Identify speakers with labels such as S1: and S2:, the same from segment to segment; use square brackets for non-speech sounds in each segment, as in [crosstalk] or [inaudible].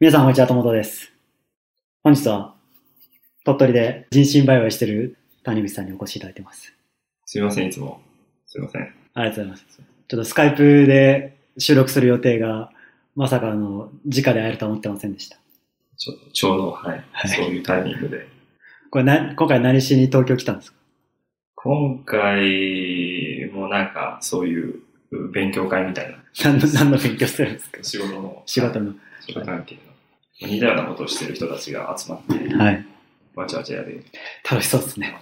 S1: 皆さん、こんにちは、ともとです。本日は、鳥取で人身売買してる谷口さんにお越しいただいてます。
S2: すみません、いつも。すみません。
S1: ありがとうございます。ちょっとスカイプで収録する予定が、まさかあの、直で会えるとは思ってませんでした。
S2: ちょちょうど、はい、
S1: はい
S2: そういうタイミングで。
S1: これな、今回何しに東京来たんですか
S2: 今回もなんか、そういう勉強会みたいな、
S1: 何の、何の勉強するんですか
S2: 仕事の、
S1: 仕事
S2: の
S1: の。
S2: 仕事関係の、似たようなことをしてる人たちが集まって、
S1: はい。
S2: わちゃわちゃやる。
S1: 楽しそうですね。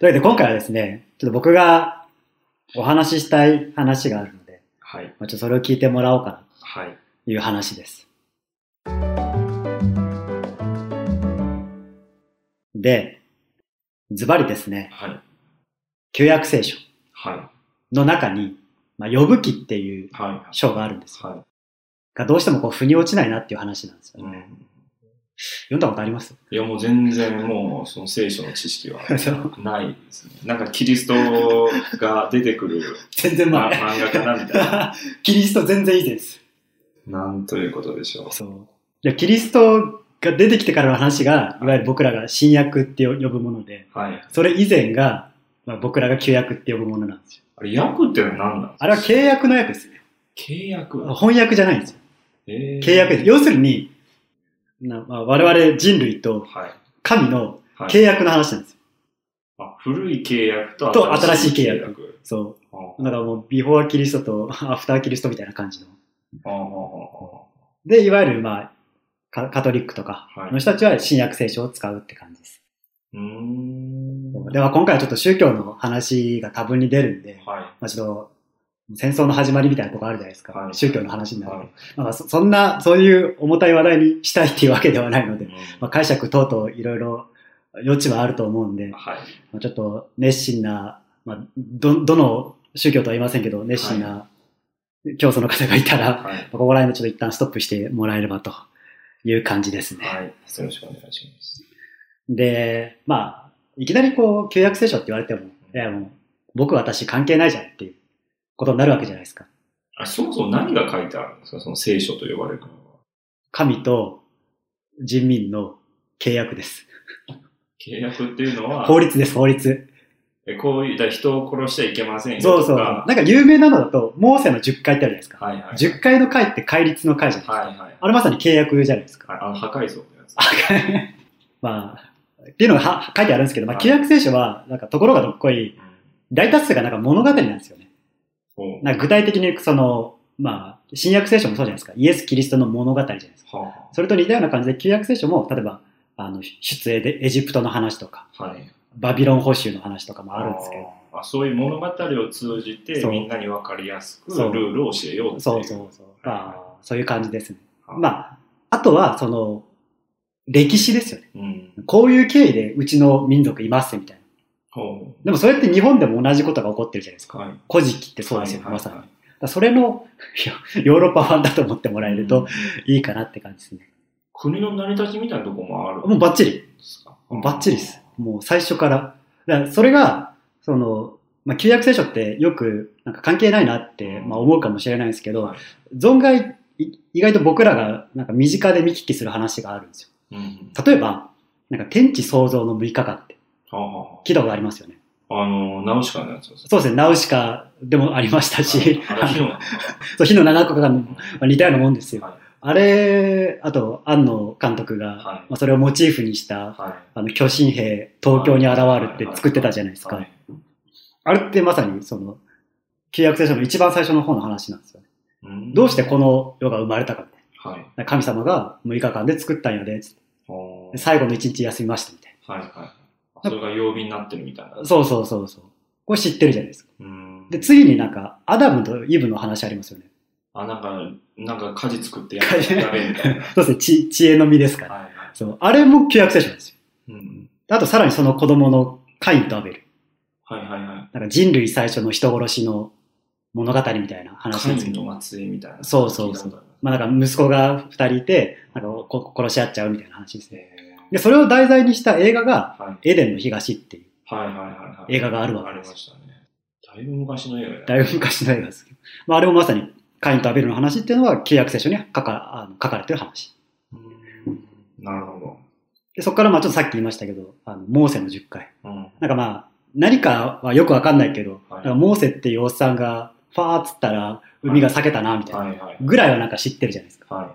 S1: というわけで、今回はですね、ちょっと僕がお話ししたい話があるので、
S2: はい、
S1: まあちょっとそれを聞いてもらおうかな
S2: はい。
S1: という話です。で、ズバリですね、
S2: はい、
S1: 旧約聖書
S2: はい、はい、
S1: の中に、まあ、呼ぶ記っていう
S2: は
S1: 章があるんです
S2: い。は
S1: が、どうしてもこう、腑に落ちないなっていう話なんです
S2: い。
S1: よ
S2: う
S1: ね。
S2: ん
S1: 読んだことあります
S2: いやもう全然もうその聖書の知識
S1: [laughs]
S2: は
S1: そう
S2: ないですね。なんかキリストが出てくる、
S1: 全然
S2: ま、
S1: 前。
S2: 漫画かなみたいな。
S1: [laughs] キリスト全然いいです。
S2: なんということでしょう。
S1: そう。いや、キリストが出てきてからの話が、いわゆる僕らが新約って呼ぶもので、
S2: はい。
S1: それ以前が、まあ、僕らが旧約って呼ぶものなんですよ。
S2: あれ、約ってのは何なん
S1: あれは契約の約ですね。
S2: 契約
S1: 翻訳じゃないんですよ。
S2: えー
S1: 契約です。要するに、なまあ、我々人類と
S2: はい。
S1: 神の
S2: はい、
S1: 契約の話なんですよ。
S2: あ古い契約と
S1: と新しい契約そ
S2: あ
S1: う。だからもう、ビフォーキリストと [laughs] アフターキリストみたいな感じの。
S2: ああああ
S1: で、いわゆる、まあ、カカトリックとか
S2: はい
S1: の人たちは新約聖書を使うって感じです。
S2: うーん。
S1: では、今回はちょっと宗教の話が多分に出るんで、
S2: は
S1: まあ、ちょっと、戦争の始まりみたいなとこあるじゃないですか。
S2: はい
S1: 宗教の話に
S2: い。
S1: なる。
S2: はい
S1: まあ、そそんな、そういう重たい話題にしたいっていうわけではないので、まあ、解釈等々いろいろ余地はあると思うんで、
S2: はい。
S1: まあちょっと熱心な、まあ、ど、どの宗教とは言いませんけど、熱心な教祖の方がいたら、 [laughs] ま
S2: はい。
S1: あここら辺でちょっと一旦ストップしてもらえればという感じですね。
S2: はい。よろしくお願いします。
S1: で、まあ、いきなりこう、旧約聖書って言われても、いやもう、僕私関係ないじゃんっていうことになるわけじゃないですか。
S2: あそもそも何が書いてあるんですかその聖書と呼ばれるのは。
S1: 神と人民の契約です。
S2: 契約っていうのは、
S1: 法律です、法律。
S2: えこういう、だから人を殺しちゃいけませんよと
S1: そ
S2: か。
S1: うそう。なんか有名なのだと、モーセの10回ってあるじゃないですか。
S2: はいはい。
S1: 10回の回って戒律の回じゃないですか。
S2: はいはいはい。
S1: あれまさに契約じゃないですか。
S2: あの、破壊像のやつ。
S1: [laughs] まあ、っていうのがは書いてあるんですけど、まあ、
S2: はい
S1: 旧約聖書は、なんか、ところがどっこい、大多数がなんか物語なんですよね。
S2: うん
S1: なんか具体的に、その、まあ、新約聖書もそうじゃないですか。イエス・キリストの物語じゃないですか。
S2: は
S1: それと似たような感じで、旧約聖書も、例えば、あの、出エでエジプトの話とか、
S2: あはい。
S1: バビロン捕囚の話とかもあるんですけど、
S2: あーあそういう物語を通じて
S1: そう
S2: みんなに分かりやすくル
S1: そう
S2: ールを教えようっていう
S1: そうそうそう。まあ、そういう感じですね。
S2: はい
S1: まあ、あとは、その、歴史ですよね。
S2: うん
S1: こういう経緯でうちの民族いますみたいな。
S2: ほ
S1: でもそれって日本でも同じことが起こってるじゃないですか
S2: うはい
S1: 古事記ってそうですよ、
S2: はい
S1: まさに。
S2: は
S1: だ
S2: い
S1: か
S2: は
S1: らそれの [laughs] いやヨーロッパ版だと思ってもらえる
S2: うん
S1: といいかなって感じですね。
S2: 国の成り立ちみたいなとこもある
S1: もうバッチリ。
S2: ッですか
S1: もうバッチリです。もう最初から。だからそれが、その、まあ、旧約聖書ってよくなんか関係ないなって、
S2: うん
S1: まあ、思うかもしれないですけど、
S2: はい
S1: 存外、い意外と僕らがなんか身近で見聞きする話があるんですよ。
S2: うん
S1: 例えば、なんか天地創造の6日間って
S2: はあは
S1: 聞いたことありますよね。
S2: ああのナウシカのやつ
S1: [laughs]
S2: です
S1: そうですね、ナウシカでもありましたし、
S2: あれ火の
S1: [laughs] そう火の7日間もまあ似たようなもんですよ。
S2: は
S1: あれ、あと、庵野監督が、
S2: はい
S1: まあ、それをモチーフにした
S2: い、は
S1: あの、巨神兵、東京に現るって作ってたじゃないです
S2: いは
S1: か。
S2: い
S1: あれってまさに、その、旧約聖書の一番最初の方の話なんですよね。
S2: うん
S1: どうしてこの世が生まれたかみたい
S2: はい
S1: な。神様が6日間で作ったんやで、つって
S2: ほ
S1: で
S2: う
S1: 最後の1日休みましたみたい
S2: はいはいそれが曜日になってるみたいな
S1: な。そうそうそうそう。これ知ってるじゃないですか。
S2: うん
S1: で、次になんか、アダムとイブの話ありますよね。
S2: あなんかなんか火事作っ
S1: [laughs]
S2: てやるやべえみたいな
S1: そうですね、知知恵の実ですから。
S2: はいは
S1: そう。あれも旧約聖書なんですよ。
S2: いうん
S1: あと、さらにその子供のカインとアベル。
S2: はいはいはい
S1: なんか人類最初の人殺しの物語みたいな話なんですけ
S2: 神
S1: ど、
S2: の末裔みたいな。
S1: そうそうそう
S2: 聞いたこと
S1: まあなんか息子が二人いて、なんかこ殺し合っちゃうみたいな話です
S2: ある。
S1: ね。
S2: え
S1: で、それを題材にした映画が、
S2: ーはい
S1: エデンの東っていう、
S2: はいはいはいはい。
S1: 映画があるわけ
S2: あり
S1: で
S2: ますしたね。だいぶ昔の映画
S1: だいぶ昔の映画ですけど、まああれもまさにカインとアベルの話っていうのは、契約聖書に書かあの書かれてる話。
S2: なるほど。
S1: でそこから、まあちょっとさっき言いましたけど、あのモーセの10回。
S2: うん。
S1: なんかまあ、何かはよくわかんないけど、
S2: はい
S1: なんかモーセっていうおっさんが、ファーっつったら、海が裂けたな、みたいな。
S2: はいはい。
S1: ぐらいはなんか知ってるじゃないですか。
S2: は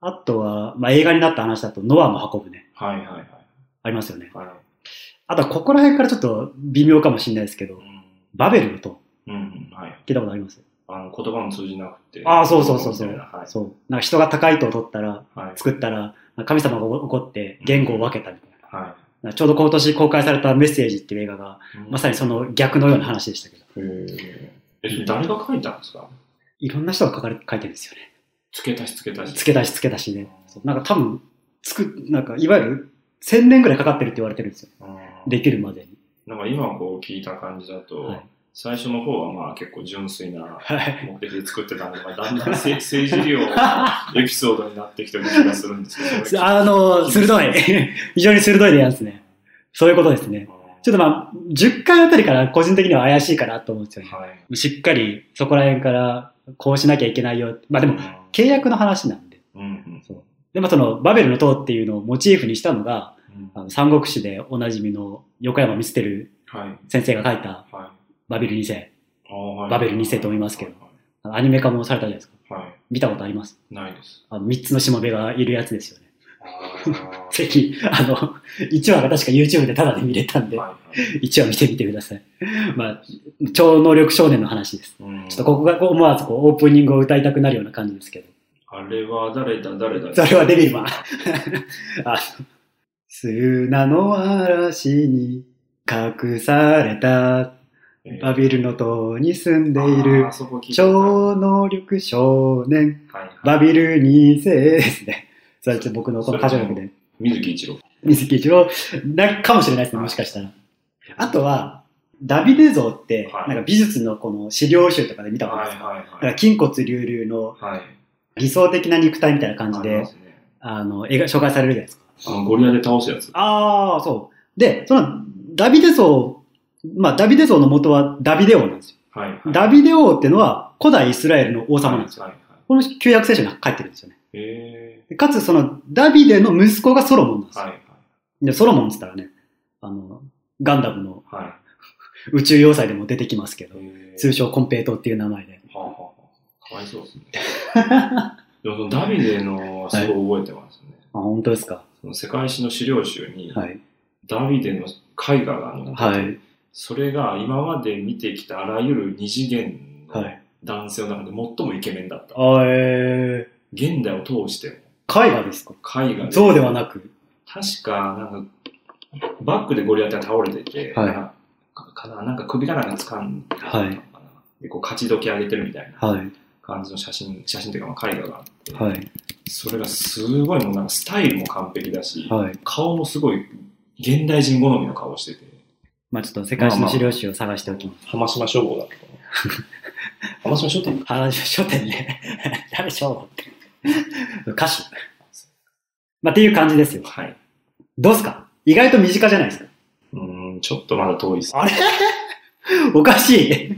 S1: あとは、まあ映画になった話だと、ノアも運ぶね。
S2: い。はいはいはい。
S1: ありますよね。
S2: は
S1: あとは、ここら辺からちょっと微妙かもしれないですけ
S2: い。
S1: ど
S2: う、ん。
S1: バベルの塔、
S2: うん、はい。
S1: 聞いたことあります
S2: あの、言葉も通じなくて。
S1: ああ、そうそうそうそう。
S2: みたいなはい。
S1: そう。なんか人が高い塔を取ったら、
S2: はい。
S1: 作ったら、神様が怒って言語を分けたみたいな。
S2: は
S1: なんかちょうど今年公開されたメッセージっていう映画が、
S2: い。
S1: まさにその逆のような話でしたけど、
S2: へーえ、それ誰が書いたんですか
S1: いろんな人が書かれ書いてるんですよね。
S2: 付け足し付け足し。
S1: 付け出し付け出しで。そうなんか多分、つく、なんかいわゆる1000年ぐらいかかってるって言われてるんですよ。
S2: うん
S1: できるまでに。
S2: なんか今こう聞いた感じだと、
S1: はい
S2: 最初の方はまあ結構純粋な
S1: はい。
S2: 目的で作ってたんで、まあ、だんだんせ政治利用のエピソードになってきてる気がするんですけど。
S1: あの、鋭い。 [laughs] 非常に鋭いでやんですね。そういうことですね。ちょっと
S2: っ
S1: まあ、10回あたりから個人的には怪しいかなと思うんですよね。
S2: はい。
S1: しっかりそこら辺からこうしなきゃいけないよ。まあでも、契約の話なんで。
S2: うん、うん
S1: で、まあその、バベルの塔っていうのをモチーフにしたのが、
S2: うん。
S1: あの三国志でおなじみの横山光輝
S2: はい。はい。
S1: 先生が書いたバベル2世。
S2: あーはい
S1: バベル二世と言いますけど
S2: は
S1: あのアニメ化もされたじゃないですか。
S2: い。はい
S1: 見たことあります。
S2: ないです。
S1: あの、三つのしもべがいるやつですよね。
S2: あー
S1: ぜひ、あの、1話が確か YouTube でタダで見れたんで、
S2: はいはい
S1: 1話見てみてください。 [laughs] まあ、超能力少年の話です。
S2: うん
S1: ちょっとここがこう思わずこうオープニングを歌いたくなるような感じですけど。
S2: あれは誰だ誰だ
S1: それはデビルマン。あの砂の嵐に隠された
S2: えー
S1: バビルの塔に住んでいる
S2: あーそこ聞いた
S1: 超能力少年
S2: はいはい
S1: バビル2世ですね。 [laughs] それはちょっと僕のこの歌唱力で。
S2: 水木一郎。
S1: 水木一郎なかもしれないですね、もしかしたら。あとは、ダビデ像って、
S2: はい
S1: なんか美術のこの資料集とかで見たことない
S2: は
S1: で
S2: い
S1: すか。だ
S2: はい
S1: か
S2: は
S1: ら
S2: い。
S1: 筋骨隆々の
S2: はい。
S1: 理想的な肉体みたいな感じ
S2: あり
S1: で
S2: ま、すね
S1: あの、映画、紹介されるじゃないですか。
S2: あの、ゴリラで倒すやつ。
S1: ああ、そう。で、その、ダビデ像、まあ、ダビデ像の元はダビデ王なんです
S2: はいはい。
S1: よ。ダビデ王っていうのは古代イスラエルの王様なんですよ。
S2: はいはいはい。
S1: この旧約聖書に書いてるんですよね。
S2: え
S1: でかつ、その、ダビデの息子がソロモンなんで
S2: ー
S1: すよ。
S2: はい
S1: で、ソロモンって言ったらね、あの、ガンダムの
S2: はい。はい。
S1: 宇宙要塞でも出てきますけど、
S2: えー
S1: 通称コンペイトっていう名前で。
S2: はあはあはあかわいそうです
S1: [laughs]
S2: ね。でもそのダビデのはすごい覚えてますね。
S1: あ、本当ですか。
S2: その世界史の資料集に、
S1: はい。
S2: ダビデの絵画が載ってて、
S1: はい。
S2: それが今まで見てきたあらゆる二次元
S1: は
S2: の
S1: い。
S2: 男性の中で最もイケメンだった。
S1: あえ
S2: 現代を通しても
S1: ー、絵画ですか
S2: 絵画
S1: 像ではなく。
S2: 確か、なんか、バックでゴリラって倒れてて、
S1: はい
S2: なんかかな、なんか首からなんか掴んでたのか
S1: は
S2: な、
S1: い
S2: でこう勝ち時上げてるみたいな
S1: はい。
S2: 感じの写真、写真というかまあ絵画があって、
S1: はい。
S2: それがすごいもうなんかスタイルも完璧だし、
S1: はい。
S2: 顔もすごい現代人好みの顔をしてて、
S1: まあちょっと世界史の資料集を探しておきます。
S2: 浜島消防だったか [laughs] な。浜島書店
S1: 花書店ね。 [laughs] 誰しょうって。歌手。まあっていう感じですよ。
S2: はい。
S1: どうっすか意外と身近じゃないですか。
S2: うーん、ちょっとまだ遠いです。
S1: あれおかしい。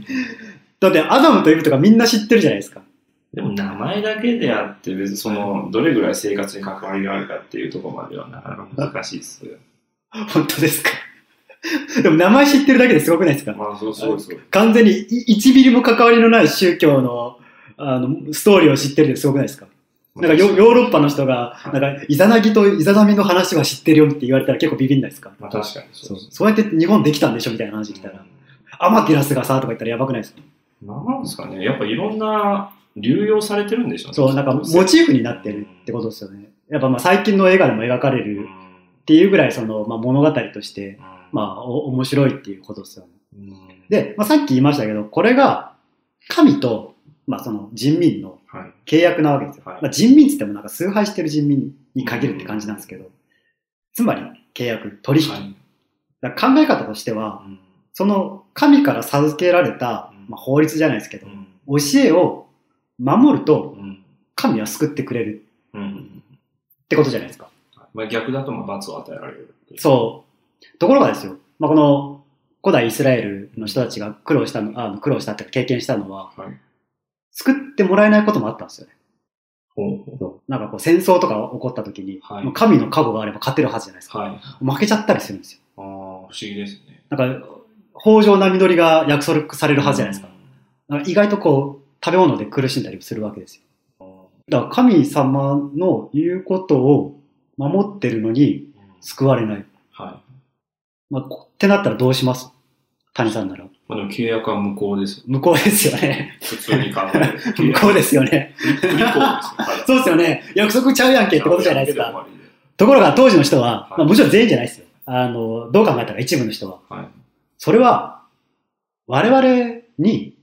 S1: だってアダムとイブとかみんな知ってるじゃないですか。
S2: でも名前だけであって、別にその、どれぐらい生活に関わりがあるかっていうところまではなかなか難しいですよ。
S1: 本当ですか。でも名前知ってるだけですごくないですか
S2: まあ、そうそうそう。
S1: 完全にい1ミリも関わりのない宗教のあのストーリーを知ってるってすごくないですかなんかヨヨーロッパの人が、なんか、イザナギとイザナミの話は知ってるよって言われたら結構ビビんないですか
S2: まあ確かに
S1: そ
S2: そううそう。
S1: そうやって日本できたんでしょみたいな話来たら、アマテラスがさとか言ったらやばくないですか
S2: なんなんですかね、やっぱいろんな流用されてるんでしょ
S1: そう、なんかモチーフになってるってことですよね。やっぱまあ最近の映画でも描かれ
S2: うん
S1: るっていうぐらいその、まあ、物語として、ま
S2: あ、
S1: あお面白いっていうことですよね。
S2: うん、
S1: で、まあ、さっき言いましたけど、これが神と、まあ、その人民の
S2: はい、
S1: 契約なわけですよ。
S2: はい
S1: まあ、人民って言ってもなんか崇拝してる人民に限るって感じなんですけど、つまり契約、取引。
S2: はい
S1: だから考え方としては、
S2: うん
S1: その神から授けられた、
S2: うん
S1: まあ、法律じゃないですけど
S2: う、ん
S1: 教えを守ると
S2: うん
S1: 神は救ってくれる
S2: うん
S1: ってことじゃないですか。
S2: まあ、逆だとまあ罰を与えられるっていう
S1: そう。ところがですよ、まあ、この古代イスラエルの人たちが苦労したの、あの苦労したっていうか経験したのは、
S2: はい
S1: 作ってもらえないこともあったんですよね。
S2: ほうほう
S1: なんかこう戦争とか起こった時に、
S2: はい
S1: もう神の加護があれば勝てるはずじゃないですか。
S2: はい。あ
S1: 負けちゃったりするんですよ。
S2: あー、不思議ですね。
S1: なんか、豊穣な実りが約束されるはずじゃないですか。
S2: う
S1: なんか意外とこう、食べ物で苦しんだりするわけですよ。
S2: ん。
S1: だから神様の言うことを守ってるのに救われない。
S2: はい。
S1: まあ、こってなったらどうします谷さんなら。
S2: まあでも契約は無効です。
S1: 向こうですよね。
S2: 普通に考える。。
S1: [laughs] 向こうですすよね。
S2: [laughs] 無効ですよ。
S1: そうですよね。約束ちゃうやんけってことじゃないですか。
S2: はい。
S1: ところが当時の人は、
S2: はい
S1: まあ、もちろん全員じゃないですよ。あの、どう考えたら一部の人は。
S2: はい
S1: それは、我々に、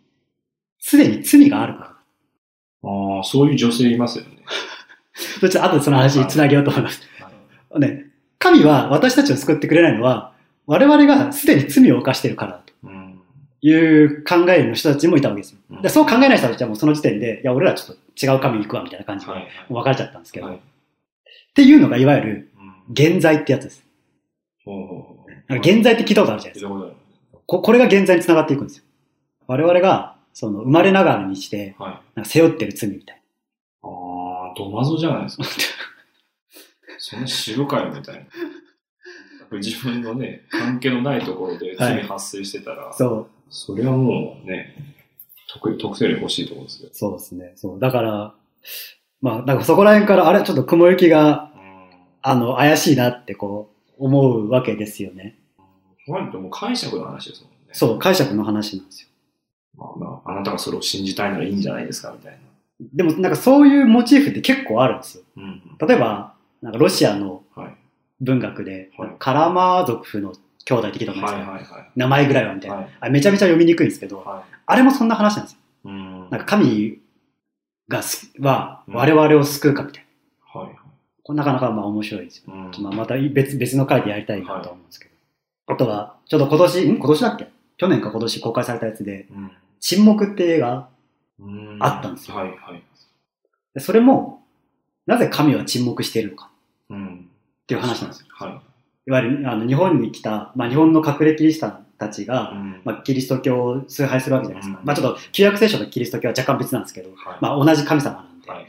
S1: すでに罪があるから。
S2: ああ、そういう女性いますよね。
S1: ちょっと後でその話につなげようと思います。
S2: はい
S1: ね、神は私たちを救ってくれないのは、我々がすでに罪を犯しているからと
S2: うん。
S1: いう考えの人たちもいたわけですよ。
S2: うん
S1: でそう考えない人たちはもうその時点で、いや、俺らちょっと違う神に行くわみたいな感じで、
S2: はい。
S1: もう別れちゃったんですけど。
S2: はい
S1: っていうのが、いわゆる、
S2: うん
S1: 現在ってやつです。
S2: ほうほうほう
S1: なんか現在って聞いたことあるじゃないですか
S2: 聞いたことある
S1: ここれが現在につながっていくんですよ。我々が、その、生まれながらにして、
S2: はい。
S1: なんか背負ってる罪みたい
S2: ああ、ドマゾじゃないですか。その白かよみたいな。自分のね、関係のないところで罪発生してたら、
S1: な。そう、
S2: それはもうね、特特性より欲しいところですよ。
S1: そうですね。そう。だから、まあ、なんかそこら辺から、あれ、ちょっと雲行きが、あの、怪しいなってこう、思うわけですよね。
S2: となるともう解釈の話ですもんね。
S1: そう、解釈の話なんですよ。
S2: まあまあ、あなたがそれを信じたいならいいんじゃないですかみたいな。
S1: でも、なんかそういうモチーフって結構あるんですよ。
S2: うん。
S1: 例えば、なんかロシアの
S2: はい。
S1: 文学で、
S2: はい
S1: カラマー族の兄弟的と
S2: はい
S1: 思います
S2: は
S1: か、
S2: いは
S1: 名前ぐらいはみた
S2: い。
S1: いな、
S2: はい。
S1: あめちゃめちゃ読みにくいんですけど、
S2: は
S1: あれもそんな話なんですよ
S2: い。うん。
S1: なんか神がすは
S2: うん
S1: 我々を救うかみたいな。
S2: はいはい。
S1: これなかなかまあ面白いですよ。
S2: うん
S1: まあ、また別別の回でやりたいなと思うんですけど。あとは、ちょっと今年、ん今年だっけ去年か今年公開されたやつで、沈黙って映画。
S2: うん。う
S1: あったんですよ
S2: はいはい。
S1: でそれも、なぜ神は沈黙しているのか
S2: うん。
S1: っていう話なんですよ。
S2: はい
S1: わゆるあの日本に来た、まあ、日本の隠れキリシタンたち
S2: い。
S1: が、
S2: ん
S1: まあ、キリスト教を崇拝するわけじゃないですか。
S2: うん
S1: まあちょっと旧約聖書とキリスト教は若干別なんですけど、
S2: はい。
S1: まあ同じ神様なんで。
S2: はい。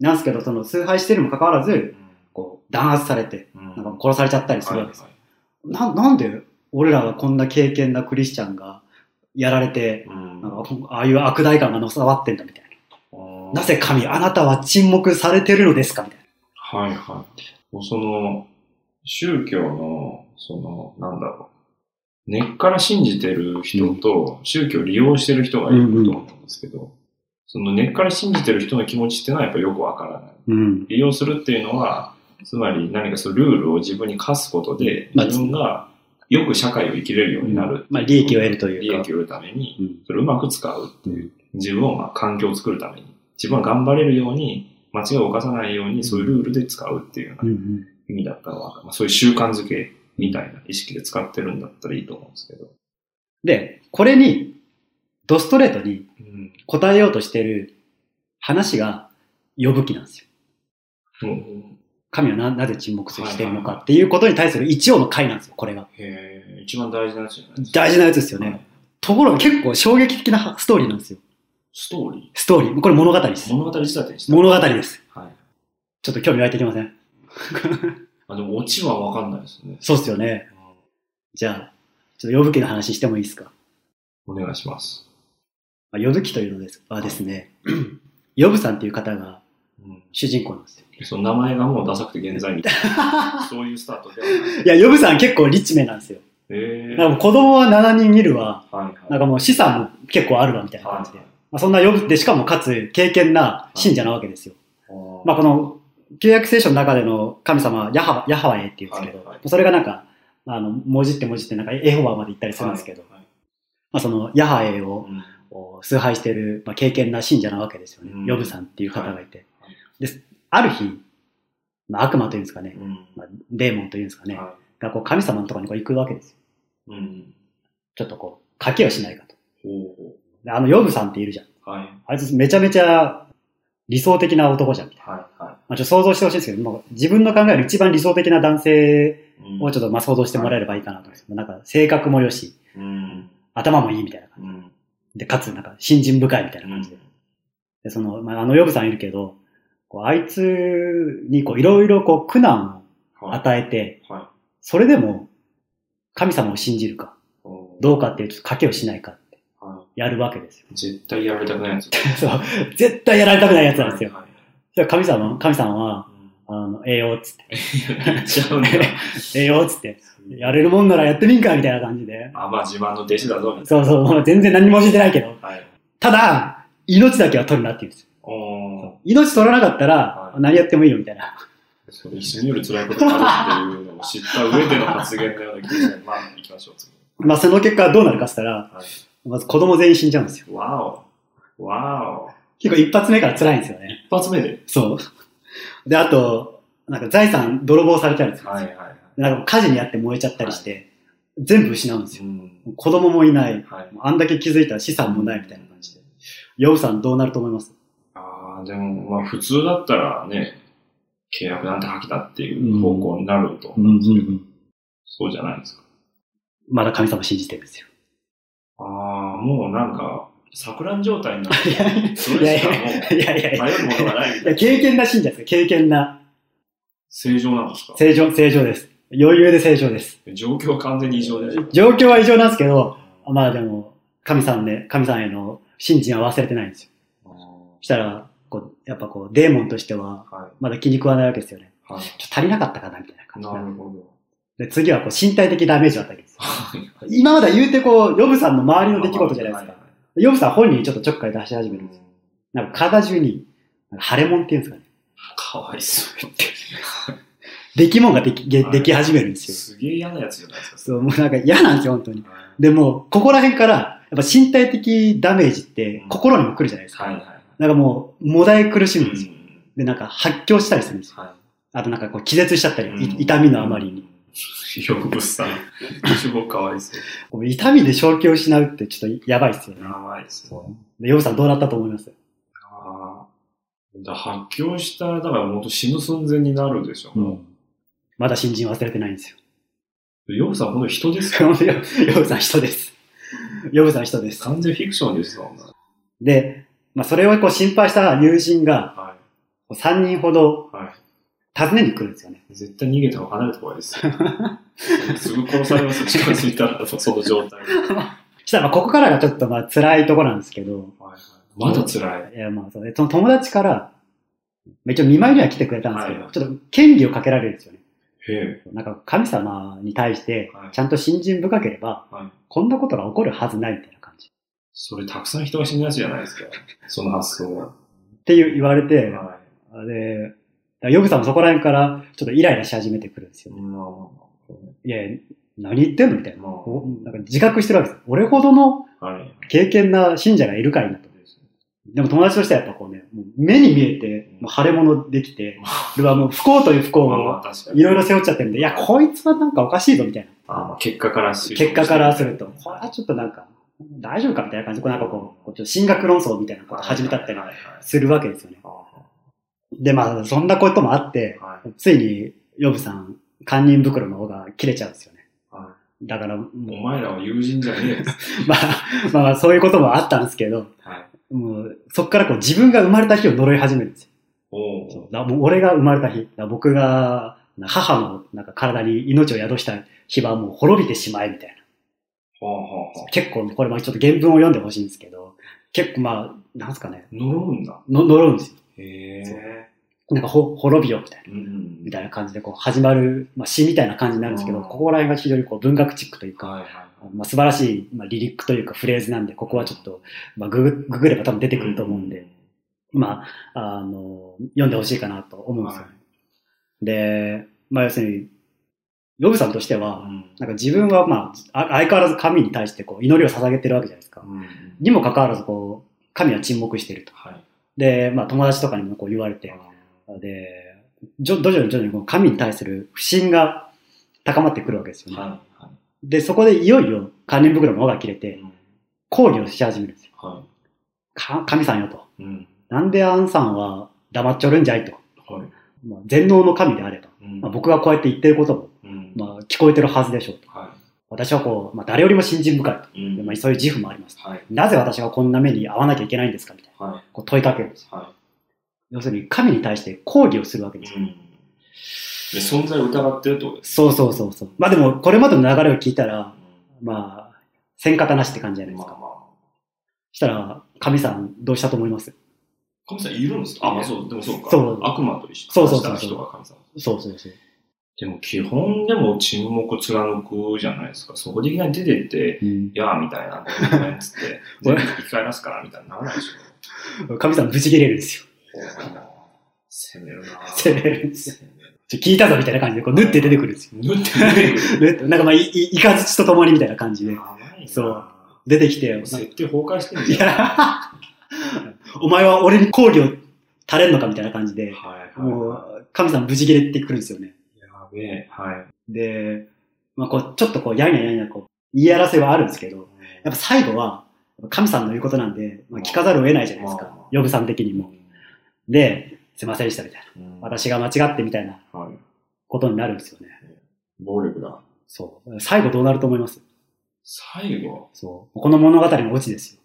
S1: なんですけど、その崇拝してるにもかかわらず、こう弾圧されて、
S2: うん
S1: なんか殺されちゃったりするわけです。
S2: はい
S1: ななんで俺らはこんな経験なクリスチャンがやられて、
S2: はいうん
S1: なんかああいう悪代官がのさわってんだみたい
S2: あー
S1: な。なぜ神、あなたは沈黙されてるのですかみたい
S2: はいはい。もうその、宗教の、その、なんだろう。根っから信じてる人と、宗教を利用してる人がいると思うんですけど、その根っから信じてる人の気持ちってのはやっぱよくわからない。
S1: な。うん。
S2: 利用するっていうのは、つまり何かそのルールを自分に課すことで、
S1: まあ
S2: 自分がよく社会を生きれるようになる。
S1: まあ、利益を得るという
S2: 利
S1: か。
S2: 益を得るために、
S1: うん
S2: それをうまく使うっていう、自分をまあ環境を作るために、自分が頑張れるように、間違いを犯さないように、そういうルールで使うっていうような
S1: うんうん
S2: 意味だったらわかる、まあ、そういう習慣づけみたいな意識で使ってるんだったらいいと思うんですけど。
S1: で、これに、ドストレートに
S2: うん。
S1: 答えようとしてる話が、呼ぶ気なんですよ。
S2: うん、
S1: 神はななぜ沈黙してるのかっていうことに対する一応の回なんですよ、これが。
S2: へえ、一番大事なやつじゃないですか。
S1: 大事なやつですよ
S2: は
S1: ね。
S2: い
S1: ところが結構衝撃的なストーリーなんですよ。
S2: ストーリ
S1: ストーリー。これ物語です
S2: ー。。物語仕立てにした。
S1: 物語です。
S2: はい。
S1: ちょっと興味湧いてきません [laughs]
S2: あ、でもオチはわかんないですね。
S1: そうっすよね。
S2: うん
S1: じゃあ、ちょっと呼ぶ記の話してもいいですか。
S2: お願いします。
S1: まあ、呼ぶ記というのですはですね、 [clears throat] 呼ぶさんっていう方が
S2: うん。
S1: 主人公なんですよ。
S2: その名前がもうダサくて現在みたいな、 [laughs] そういうスタートではない。
S1: いや、呼ぶさん結構リッチめなんですよ。
S2: へ
S1: な
S2: え。
S1: んかもう子供は7人いるわ、
S2: は
S1: な
S2: いは
S1: ん
S2: い。
S1: かもう資産も結構あるわみたいな感じで。
S2: はい
S1: まあ、そんな呼ぶで、しかもかつ敬虔な信者なわけですよ。まあこの、旧約聖書の中での神様、ヤハヤハワエって言うんですけど、
S2: はいはい
S1: それがなんか、あの、文字って文字ってなんかエホバまで行ったりするんですけど、まあそのヤハエを
S2: うん
S1: こう崇拝している、まあ、経験な信者なわけですよね
S2: う。ん
S1: ヨブさんっていう方がいて
S2: はい。
S1: で、ある日、まあ、悪魔というんですかね、
S2: うん
S1: まあ、デーモンというんですかね、
S2: は
S1: がこう神様のところにこう行くわけですよ。
S2: いうん。
S1: ちょっとこう、賭けをしないかと。
S2: ほうほ
S1: であのヨブさんっているじゃん。
S2: う。はい
S1: あいつめちゃめちゃ理想的な男じゃん。
S2: はいは
S1: まあ、ちょっと想像してほしいんですけど、もう自分の考える一番理想的な男性
S2: い。うん
S1: をちょっとまあ想像してもらえればいいかなと思うんですけど、なんか性格も良し、
S2: うん。
S1: 頭もいいみたいな感
S2: うん。
S1: じで、かつなんか信心深いみたいな感じで。でその、まあ、あの、ヨブさんいるけど、こうあいつにこう、いろいろこう、苦難を
S2: はい。
S1: 与えて、
S2: は
S1: それでも、神様を信じるか、
S2: い。うん
S1: どうかっていう、ちょっと賭けをしないかって
S2: は
S1: やるわけですよ。
S2: い絶対やられたくないやつ。
S1: そう。絶対やられたくないやつなんですよ。
S2: はいはい
S1: じゃあ神様、神様は、
S2: うん
S1: あの、栄養っつって、
S2: 言っちゃうんだ。
S1: 栄養っつって、やれるもんならやってみんか、みたいな感じで。
S2: あ、まあ自慢の弟子だぞ、みたい
S1: そうそう、もう全然何も教えてないけど。
S2: な。はい。
S1: ただ、命だけは取るなって言うんですよ。
S2: おー。
S1: 命取らなかったら
S2: は、い
S1: 何やってもいいよ、みたいな。
S2: それ人による辛いことがあるっていうのを知った上での発言のような気がして、まあ、行きましょう、次。
S1: まあ、その結果どうなるかって言ったら、
S2: はい。
S1: まず子供全員死んじゃうんですよ。
S2: わお。わお。
S1: 結構一発目から辛いんですよね。
S2: 一発目で。
S1: そう。で、あと、なんか財産泥棒されたりするんです
S2: はい
S1: よ。
S2: はいはい。
S1: なんか火事にあって燃えちゃったりして、全部失うんです
S2: う
S1: よ。
S2: ん。
S1: 子供もいない。
S2: はい。
S1: あんだけ気づいたら資産もないみたいな感じで。ヨブさんどうなると思います
S2: ああ、でも、まあ普通だったらね、契約なんて破棄だっていう方向になると思うんですけど、そうじゃないですか。
S1: まだ神様信じてるんです
S2: [laughs]
S1: よ。
S2: ああ、もうなんか、錯乱状態になっ
S1: いや
S2: て、それしかもう
S1: いやいやいや。
S2: 頼るものがないみ
S1: い
S2: たい
S1: や
S2: な。
S1: 経験な信者ですよ。経験な。
S2: 正常なんですか
S1: 正常、正常です。余裕で正常です。
S2: 状況は完全に異常です。
S1: 状況は異常なんですけど、まあでも、神さんで、神さんへの信心は忘れてないんですよ。
S2: あー
S1: そしたら、こう、やっぱこう、デーモンとしては、
S2: はい。
S1: まだ気に食わないわけですよね。
S2: はい。
S1: ちょっと足りなかったかな、みたいな感じ
S2: なるほ
S1: [laughs]
S2: ど。
S1: で。で、次はこう、身体的ダメージを与えるんですよ。
S2: はい。
S1: 今までは言うてこう、ヨブさんの周りの出来事じゃないですか。ヨブさん本人にちょっとちょっかい出し始めるんですよ。なんか体中に、なんか腫れ物っていうんですかね。
S2: かわいそう。
S1: 出来物ができ、で
S2: はい
S1: でき始めるんですよ。
S2: すげえ嫌なやつじゃないですか。
S1: そう、もうなんか嫌なんですよ、本当に。
S2: はい
S1: でも、ここら辺から、やっぱ身体的ダメージって
S2: うん
S1: 心にも来るじゃないですか。
S2: はいは
S1: なんかもう、もだえ苦し
S2: い。
S1: むんですよ。で、なんか発狂したりするんですよ。
S2: はい。
S1: あとなんかこう気絶しちゃったり、い
S2: うん
S1: 痛みのあまりに。。
S2: ヨブさ
S1: [laughs]
S2: ん、主語かわいそう。
S1: こう痛みで正気を失うってちょっとやばいっすよね
S2: や。ばいですね。
S1: で、ヨブさんどうなったと思います
S2: あーだから発狂したら、だからもっと死ぬ寸前になるでしょ。
S1: まだ新人忘れてないんですよ。 [laughs]
S2: ヨブさん、ほんと人ですか
S1: ヨブさん人です。ヨブさん人です。
S2: 完全フィクションですもんね。
S1: で、まあ、それをこう心配した友人が
S2: は
S1: 3人ほど
S2: い。は
S1: 訪ねに来るんですよね。
S2: い。絶対逃げても離れた方がいいですよ。すぐ殺されますよ、近づいたら、その状態ではい
S1: そしたらまあここからがちょっとまあ辛いところなんですけど、
S2: はいまだ辛い。
S1: いやまあそれその友達から、まあ一応見舞いには来てくれたんですけど、
S2: はい
S1: ちょっと権利をかけられるんですよね。
S2: へえ。
S1: なんか神様に対して
S2: はい
S1: ちゃんと信心深ければ、
S2: はい
S1: こんなことが起こるはずないみたいな感じ。
S2: それたくさん人が死ぬやつじゃないですか。その発想は。
S1: っていう言われて、
S2: は
S1: で、だからヨブさんもそこら辺からちょっとイライラし始めてくるんです
S2: い。
S1: よね。
S2: まあ
S1: いやいや、何言ってんのみたいな。
S2: まあ
S1: おなんか自覚してるわけですよ。俺ほどの
S2: まあ、はい。
S1: 経験な信者がいるかいなと。でも友達としてはやっぱこうね、もう目に見えて、もう腫れ物でき
S2: [laughs]
S1: て、これはもう不幸という不幸
S2: まあま
S1: を
S2: あ、確かに。
S1: いろいろ背負っちゃってるんで、いや、こいつはなんかおかしいぞみたいな。
S2: あまあ結果からする
S1: 結果からすると。これはちょっとなんか、大丈夫かみたいな感じで、こうなんかこう、こうちょっと進学論争みたいなこと始めたったり
S2: はいはいはい
S1: するわけですよね。
S2: あ
S1: で、まあ、そんなこともあって、
S2: はい
S1: ついに、ヨブさん、堪忍袋の方が切れちゃうんですよね。
S2: は
S1: だから、もう
S2: いお前らは友人じゃねえです。
S1: まあ、まあ、そういうこともあったんですけど、
S2: はい。
S1: もう、そこからこう自分が生まれた日を呪い始めるんですよ。
S2: お
S1: そう
S2: お。
S1: だからもう俺が生まれた日、だから僕がな母のなんか体に命を宿した日はもう滅びてしまえみたい
S2: ほうほうほ
S1: な
S2: う。。
S1: 結構、これまあちょっと原文を読んでほしいんですけど、結構まあ、なんすかね、
S2: 呪うんだ。
S1: の呪うんですよ。
S2: へえ。
S1: なんかほ滅びよみたいな。
S2: うん
S1: みたい
S2: な。
S1: な感じでこう始まる、まあ、詩みたいな感じになるんですけど、
S2: うん
S1: ここら辺が非常にこう文学チックというか、
S2: はいはい。
S1: まあ、素晴らしい、まあ、リリックというかフレーズなんで、ここはちょっと、まあ、ググググれば多分出てくると思うんで、まあ、あの、読んでほしいかなと思うんですよね。で、まあ要するに、ヨブさんとして
S2: う
S1: は、
S2: ん。
S1: なんか自分はまあ、あ相変わらず神に対してこう祈りを捧げてるわけじゃないですか。
S2: うん。
S1: にもかかわらずこう、神は沈黙してると。
S2: はい。
S1: で、まあ友達とかにもこう言われて、で、じょ徐々に徐々にこう神に対する不信が高まってくるわけですよね。
S2: はいは
S1: で、そこでいよいよ関連袋の輪が切れ
S2: い。
S1: て
S2: う、ん
S1: 抗議をし始めるんですよ。
S2: は
S1: か神さんよと。
S2: い。うん。
S1: なんでアンさんは黙っちょるんじゃいと。
S2: はい。
S1: まあ、全能の神であれば、
S2: うん
S1: まあ、僕がこうやって言ってることも、
S2: うん。
S1: まあ、聞こえてるはずでしょうと。
S2: は
S1: 私はこう、まあ、誰よりも信心深いと。
S2: い。うん
S1: でまあ、そういう自負もあります。
S2: はい。
S1: なぜ私がこんな目に遭わなきゃいけないんですかみたいな
S2: はい。
S1: こう問いかけるんですよ。
S2: は
S1: 要するに神に対して抗議をするわけ
S2: い。
S1: ですよ。
S2: うん。で、存在を疑ってるってことです。
S1: そうそうそうそう。まあでも、これまでの流れを聞いたら
S2: う、ん
S1: まあ、戦方なしって感じじゃないで
S2: ますあ
S1: か。
S2: まあ。
S1: したら、神さんどうしたと思います
S2: 神様いるんですかあ、まあそう、でもそうか。
S1: そう
S2: 悪魔と一緒
S1: そうそうそう
S2: 話した人が神様。
S1: そうそうそう。
S2: でも基本でも沈黙貫くじゃないですか。そこでいきなり出てって、
S1: うん
S2: いやーみたいな、ごめん
S1: [laughs]
S2: っつって、全部生き返らすからみたいにならないでし
S1: 神さんブチ切れるんですよ。
S2: ょ。
S1: [laughs]
S2: 攻めるなぁ
S1: 攻めるんです
S2: 攻める
S1: ちょ聞いたぞみたいな感じで、こう、縫って出てくるんですよ。
S2: ぬって出て [laughs] くる
S1: 縫ってなんかまあ、い、い、いかずちと共にみたいな感じで
S2: や、ばいなぁ
S1: そう出てきて、
S2: 設定崩壊してる
S1: い
S2: じゃん。
S1: や、 [laughs] お前は俺に抗議を垂れんのかみたいな感じで、
S2: はいはい
S1: も
S2: は
S1: う、神さん無事切れてくるんですよね。
S2: い。やべえ。はい。
S1: で、まあ、こう、ちょっとこう、やんややんや、こう、言い争いはあるんですけど、やっぱ最後は、神さんの言うことなんで、まあ、聞かざるを得ないじゃないです
S2: まあ
S1: か
S2: まあ。
S1: ヨブさん的にも。で、すいませんでしたみたいな。
S2: うん、
S1: 私が間違ってみたいな
S2: はい。
S1: ことになるんですよね。
S2: 暴力だ。
S1: そう。最後どうなると思います
S2: 最後
S1: そう。この物語のオチですよ。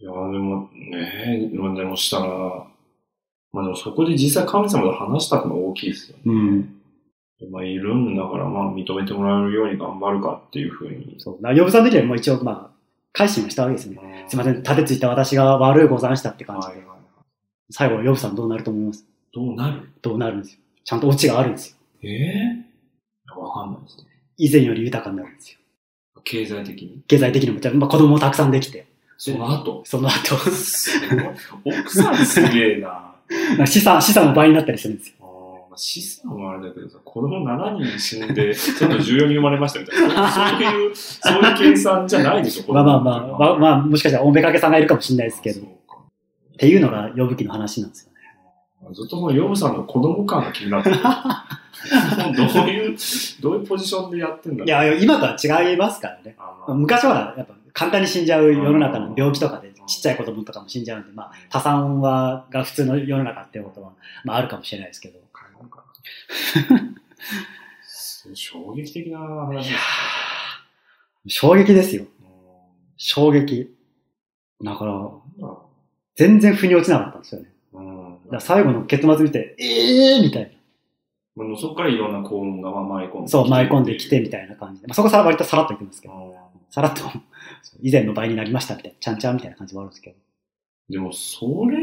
S2: いやーでもねえ、まあでもしたら、まあでもそこで実際神様と話したのが大きいですよね。
S1: うん。
S2: まあいるんだから、まあ認めてもらえるように頑張るかっていうふうに。
S1: そう。だからヨブさん的にはもう一応、まあ、改心はしたわけですよね。すいません、立てついた私が悪いござんしたって感じ
S2: はい
S1: で。
S2: はい
S1: 最後、ヨブさんどうなると思います
S2: どうなる
S1: どうなるんですよ。ちゃんとオチがあるんですよ。
S2: ええわかんないですね。
S1: 以前より豊かになるんですよ。
S2: 経済的に。
S1: 経済的にも、じゃあまあ、子供もたくさんできて、
S2: その後。
S1: [laughs] その
S2: [laughs]
S1: 後、
S2: すごい奥さんすげえな。
S1: まあ資産、資産も倍になったりするんですよ。
S2: あーまあ資産はあれだけどさ、子供7人死んで、ちょっと14人生まれましたみたいな。そういう、そういう計算じゃないでし
S1: [laughs]
S2: ょ、
S1: まあまあまあ、まあ、
S2: あ、
S1: まあ、もしかしたらおめかけさんがいるかもしれないですけど、
S2: そう
S1: っ
S2: か
S1: ていうのがヨブ記の話なんですよね。
S2: ずっとそのヨブさんの子供感が気になってるどういう、どういうポジションでやってんだろう
S1: いや、今とは違いますからね。
S2: あまあ
S1: 昔はやっぱ簡単に死んじゃう世の中の病気とかで
S2: うん
S1: ちっちゃい子供とかも死んじゃうんで、まあ、多産はが普通の世の中っていうことは、まああるかもしれないですけど。
S2: 買えないかなそう衝撃的な
S1: い
S2: 話で
S1: や
S2: す
S1: ー衝撃ですよ。
S2: ね。
S1: 衝撃。だから、
S2: うんなんだろ
S1: 全然腑に落ちなかったんですよね。
S2: ううん
S1: だから最後の結末見て、えーみたい
S2: まあそこからいろんな幸運がまあ舞い込んで
S1: な。そう、舞い込んできてみたいな感じで。まあ、そこさら割とさらっといくんですけ
S2: う
S1: ど、
S2: ん
S1: さらっとそう以前の倍になりましたみたいな、ちゃんちゃんみたいな感じもあるんですけど。
S2: でも、それ、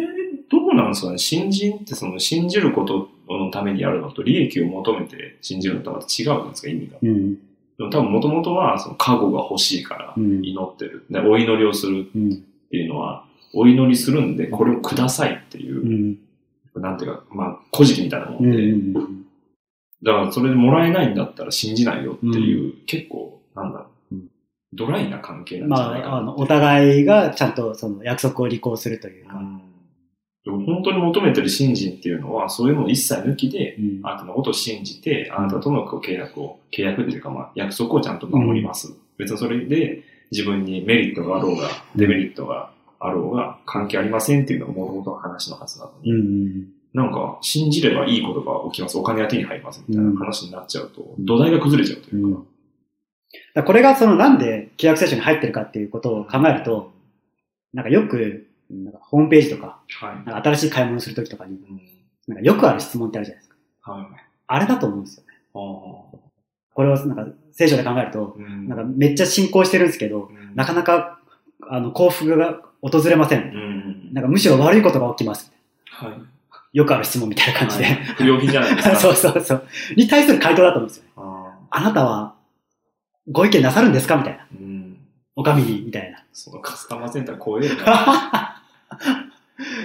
S2: どうなんですかね新人ってその信じることのためにやるのと利益を求めて信じるのとはまた違うじゃないですか、意味が。
S1: うん。
S2: でも多分もともとはその加護が欲しいから
S1: うん。
S2: 祈ってる。でお祈りをする
S1: うん。
S2: っていうのは、お祈りするんで、これをくださいっていうう、
S1: ん。
S2: なんていうか、まあ、古事記みたいなも
S1: うん
S2: で、
S1: ん。
S2: だからそれでもらえないんだったら信じないよっていう、結構、なんだろ
S1: う
S2: う、
S1: ん
S2: ドライな関係なん
S1: ま
S2: じゃないか
S1: あ、あ
S2: な
S1: の、
S2: ってい
S1: お
S2: う。
S1: 互いがちゃんとその約束を履行するという
S2: う
S1: か、
S2: んでも本当に求めてる信心っていうのは、そういうのを一切抜きで、
S1: うん
S2: あなたのことを信じて、あなたとのこう契約を、契約っていうか、まあ、約束をちゃんと守ります。別にそれで、自分にメリットがあろうが、デメリットがあろうが、関係ありませんっていうのが元々の話のはずなのに、
S1: うん。
S2: なんか、信じればいいことが起きます、お金が手に入りますみたいな話になっちゃうと、土台が崩れちゃうといううんか。
S1: だからこれがそのなんで契約聖書に入ってるかっていうことを考えると、なんかよく、なんかホームページとか、
S2: はい。
S1: なんか新しい買い物するときとかに、
S2: うん
S1: なんかよくある質問ってあるじゃないですか。
S2: はい。
S1: あれだと思うんですよね。
S2: ああ
S1: これをなんか聖書で考えると、
S2: うん
S1: なんかめっちゃ信仰してるんですけど、
S2: うん
S1: なかなか、あの、幸福が訪れませ。
S2: うんん。
S1: なんかむしろ悪いことが起きます。
S2: はい。
S1: よくある質問みたいな感じで。
S2: はい不良品じゃないです
S1: [laughs]
S2: か。
S1: そうそうそう。に対する回答だと思うんですよ。
S2: ああ
S1: あなたは、ご意見なさるんですかみたいな。
S2: うん。
S1: おかみに、みたいな。 [laughs]
S2: そのカスタマーセンター怖えよな。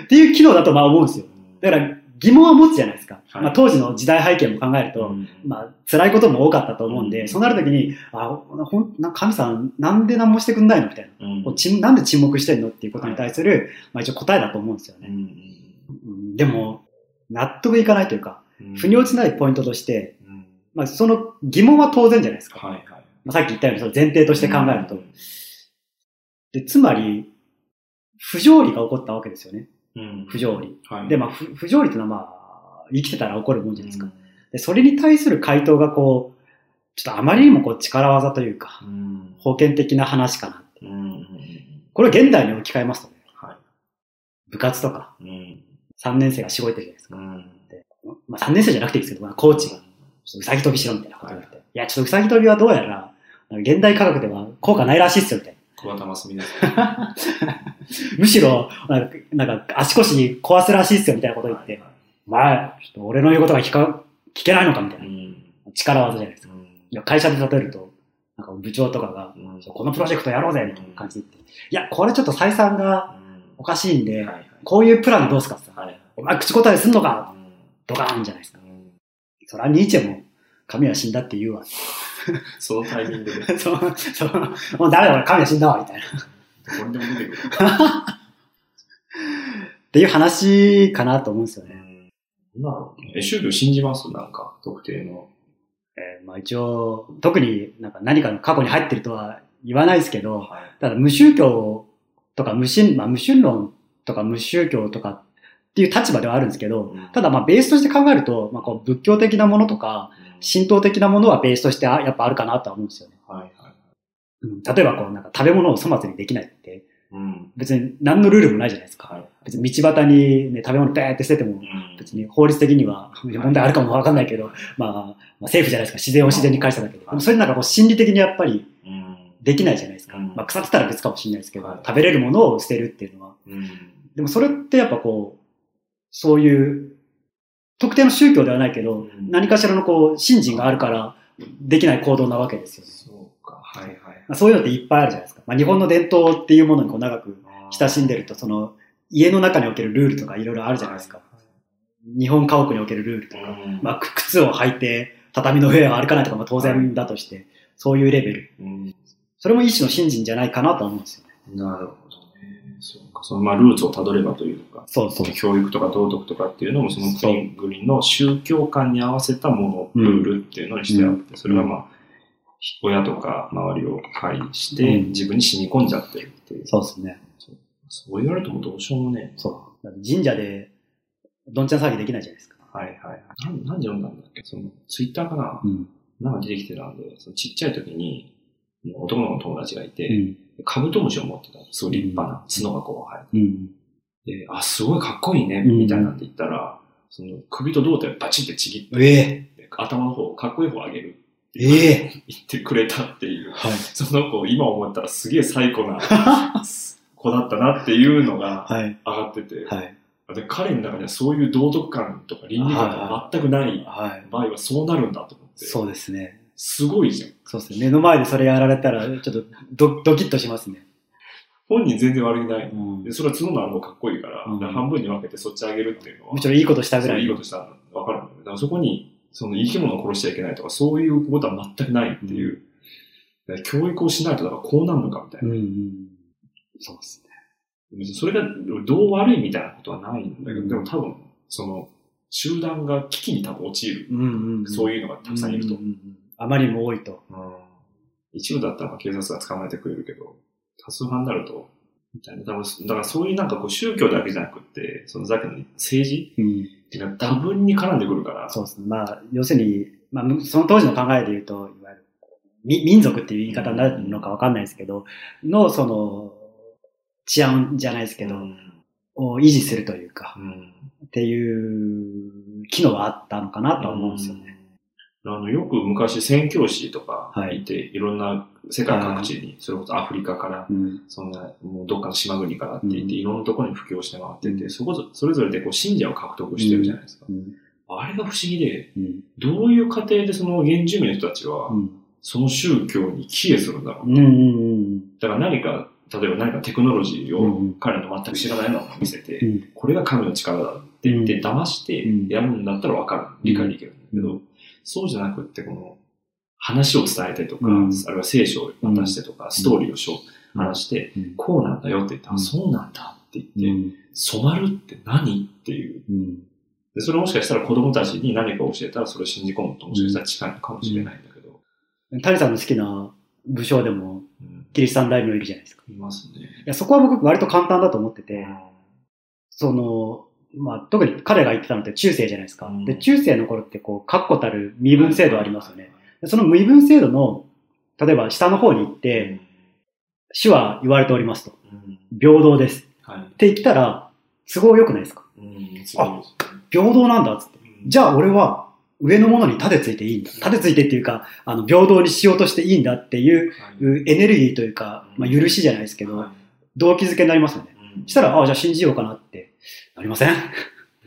S1: っていう機能だとまあ思うんですよ。だから疑問は持つじゃないですか。
S2: はい
S1: まあ、当時の時代背景も考えると、
S2: うん
S1: まあ辛いことも多かったと思うんで、
S2: うん
S1: そうなるときに、あ、ほん、な神さんなんで何もしてくんないのみたいな。
S2: うん
S1: こう沈なんで沈黙してんのっていうことに対する、まあ一応答えだと思うんですよ
S2: う
S1: ね。
S2: ん
S1: うんでも、納得いかないというか、
S2: うん
S1: 腑に落ちないポイントとして、
S2: うん
S1: まあその疑問は当然じゃないですか。
S2: はいはい。
S1: まあ、さっき言ったようにその前提として考えると。
S2: うん
S1: で、つまり、不条理が起こったわけですよね。
S2: うん
S1: 不条理。
S2: はい。
S1: で、まあ、不不条理っていうのはまあ、生きてたら起こるもんじゃないですか。
S2: うん
S1: で、それに対する回答がこう、ちょっとあまりにもこう力技というか、
S2: うん
S1: 封建的な話かなって。
S2: うんうんうん
S1: これを現代に置き換えますとね、
S2: はい。
S1: 部活とか、
S2: うん。
S1: 3年生がしごいてるじゃないですか。
S2: うん。
S1: まあ3年生じゃなくていいですけど、まあ、コーチが、ちょっとうさぎ跳びしろみたいなこと言って、いや、ちょっとうさぎ跳びはどうやら、なんか現代科学では効果ないらしいっすよ、みたいな。
S2: 桑田真澄です。
S1: むしろ、なんか、なんか足腰に壊すらしいっすよ、みたいなこと言って、お前、ちょっと俺の言うことが聞か、聞けないのか、みたいうな。
S2: ん。
S1: 力技じゃないですか。
S2: うん
S1: いや会社で例えると、なんか部長とかが、
S2: うん
S1: このプロジェクトやろうぜ、みたいな感じで言って、いや、これちょっと採算がおかしいん
S2: う
S1: で
S2: ん。、はい
S1: こういうプランどうすかってさ、
S2: はい。はい。
S1: お前口答えすんのか
S2: う
S1: ドカーンじゃないですか。
S2: んうん
S1: そらニーチェも、神は死んだって言うわ。 [laughs]
S2: そのタイミングで、ど
S1: そう、そう、もうダメだ、俺、神は死んだわ、みたいな。っ
S2: こにでも出てくる。
S1: ていう話かなと思うんですよね。
S2: なんだろうねえ、宗教信じますなんか、特定の。
S1: えーまあ一応、特になんか何かの過去に入ってるとは言わないですけど、
S2: はい。
S1: ただ無宗教とか無神、まあ無神論とか無宗教とかっていう立場ではあるんですけど、ただまあベースとして考えると、まあこう仏教的なものとか、神道的なものはベースとしてあやっぱあるかなとは思うんですよね。
S2: はいはい。
S1: うん、例えばこうなんか食べ物を粗末にできないって、
S2: うん。
S1: 別に何のルールもないじゃないですか。
S2: はい。
S1: 別に道端にね、食べ物ベーって捨てても
S2: うん
S1: 別に法律的には問題あるかもわかんないけど、まあ、まあ政府じゃないですか、自然を自然に返しただけで。でもそれなんかこう心理的にやっぱり
S2: うん。
S1: できないじゃないですか。
S2: うん
S1: まあ腐ってたら別かもしれないですけど、
S2: はい
S1: 食べれるものを捨てるっていうのは。
S2: うん。
S1: でもそれってやっぱこう、そういう、特定の宗教ではないけど、何かしらのこう、信心があるからできない行動なわけですよね。
S2: そうか。はいはい。
S1: まあ、そういうのっていっぱいあるじゃないですか。まあ日本の伝統っていうものにこう長く親しんでると、その、家の中におけるルールとかいろいろあるじゃないですか。日本家屋におけるルールとか。
S2: うん。
S1: まあ、く靴を履いて畳の上を歩かないとかも当然だとして、そういうレベル。
S2: うん
S1: それも一種の信心じゃないかなとは思うんですよね。
S2: なるほどね。そうか。その、まあ、ルーツをたどればというか、
S1: そうそう。
S2: 教育とか道徳とかっていうのも、その国々の宗教観に合わせたも
S1: う
S2: の、
S1: ん
S2: ルールっていうのにしてあって、それがまあ、親とか周りを介して、
S1: うん
S2: 自分に染み込んじゃってるっていう。
S1: そうですね。
S2: そう言われてもどうしようもねえ。
S1: そう。だって神社で、どんちゃん騒ぎできないじゃないですか。
S2: はいはい。なんなんで読んだんだっけその、ツイッターかな
S1: うん。
S2: なんか出てきてたんで、そのちっちゃい時に、男の子の友達がいうて、
S1: ん。
S2: カブトムシを持ってた。すごい立派な角がこう生え
S1: う
S2: て
S1: ん。
S2: で、あ、すごいかっこいいね、みたいなって言ったら、その首と胴体をバチってちぎ
S1: ええ
S2: って、頭の方、かっこいい方を上げるって
S1: ええ
S2: 言ってくれたっていう。
S1: はい。
S2: その子、今思ったらすげえ最高
S1: [laughs]
S2: な子だったなっていうのが
S1: はい。
S2: 上がってて、
S1: はい。
S2: で彼の中にはそういう道徳感とか倫理観が全くない
S1: はい。
S2: 場合はそうなるんだと思って、
S1: そうですね。
S2: すごいじゃん。
S1: そうですね。目の前でそれやられたら、ちょっとド、ドキッとしますね。
S2: 本人全然悪いない。
S1: うん
S2: で、それは角のあのかっこいいから、
S1: うん
S2: だから半分に分けてそっち上げるっていうのは、
S1: むしろいいことしたぐら
S2: そう
S1: い。
S2: いいことしたら分かるんだけど、だからそこに、その生き物を殺しちゃいけないとか、そういうことは全くないっていう。だから教育をしないと、だからこうなるのかみたい
S1: うんう
S2: な。
S1: ん。そうですね。
S2: 別にそれがどう悪いみたいなことはないんだけ
S1: う
S2: ど、
S1: ん
S2: でも多分、その、集団が危機に多分陥る。
S1: うんうんうん。
S2: そういうのがたくさんいると
S1: う。んうんうんあまりにも多いと。
S2: うん一部だったらまあ警察が捕まえてくれるけど、多数派になると、みたいな。だからだからそういうなんかこう宗教だけじゃなくって、そのさっきの政治
S1: うん。
S2: っていうのは多分に絡んでくるから、
S1: そうですね。まあ、要するに、まあ、むその当時の考えで言うと、いわゆるこうみ民族っていう言い方になるのかわかんないですけど、の、その、治安じゃないですけ
S2: う
S1: ど、
S2: ん
S1: を維持するというか
S2: う、ん
S1: っていう機能はあったのかなとは思うんですよね。
S2: うんあの、よく昔宣教師とか
S1: はい
S2: いて、い、ろんな世界各地に、それこそアフリカから、
S1: うん。
S2: そんな、もうどっかの島国からって言って、
S1: うん
S2: いろんなところに布教して回ってて、
S1: うん
S2: そこぞそれぞれでこう信者を獲得してるじゃないですか。
S1: うん。
S2: あれが不思議で、
S1: うん。
S2: どういう過程でその原住民の人たちは
S1: う、ん。
S2: その宗教に帰依するんだろう。
S1: うん。うん。
S2: だから何か、例えば何かテクノロジー
S1: うんう
S2: を
S1: ん
S2: 彼らの全く知らないのを見せて、
S1: うん
S2: これが神の力だって言って騙して
S1: うん
S2: やるんだったら分かる。理解できるんだけど、
S1: う
S2: そうじゃなくって、この話を伝えてとか、
S1: うん
S2: あるいは聖書を渡してとか、ストーリーをしょ話して、
S1: うん。
S2: こうなんだよって言ったら、
S1: うん
S2: そうなんだって
S1: う
S2: 言って、
S1: ん。
S2: 染まるって何っていう。
S1: うん。
S2: でそれもしかしたら子供たちに何か教えたらそれを信じ込むともしかしたら近いのかもしれないんだけど、
S1: 谷さんの好きな武将でも、
S2: うん
S1: キリシタン大名いるじゃないですか。
S2: いますね。
S1: いや、そこは僕割と簡単だと思ってて、
S2: う
S1: その、まあ、特に彼が言ってたのって中世じゃないですか。
S2: うん
S1: で、中世の頃ってこう、確固たる身分制度ありますよね。
S2: は
S1: でその身分制度の、例えば下の方に行っ
S2: い。
S1: て、主は言われておりますと。
S2: うん
S1: 平等です。
S2: はい
S1: って言ったら、都合良くないですか
S2: うん、すごいですね
S1: 平等なんだっつって。
S2: うん
S1: じゃあ俺は上のものに盾ついていいんだ。盾ついてっていうか、あの、平等にしようとしていいんだっていう
S2: はい
S1: エネルギーというか、まあ、許しじゃないですけど、
S2: は
S1: 動機づけになりますよね。
S2: いうん
S1: したら、ああ、じゃあ信じようかなってなりません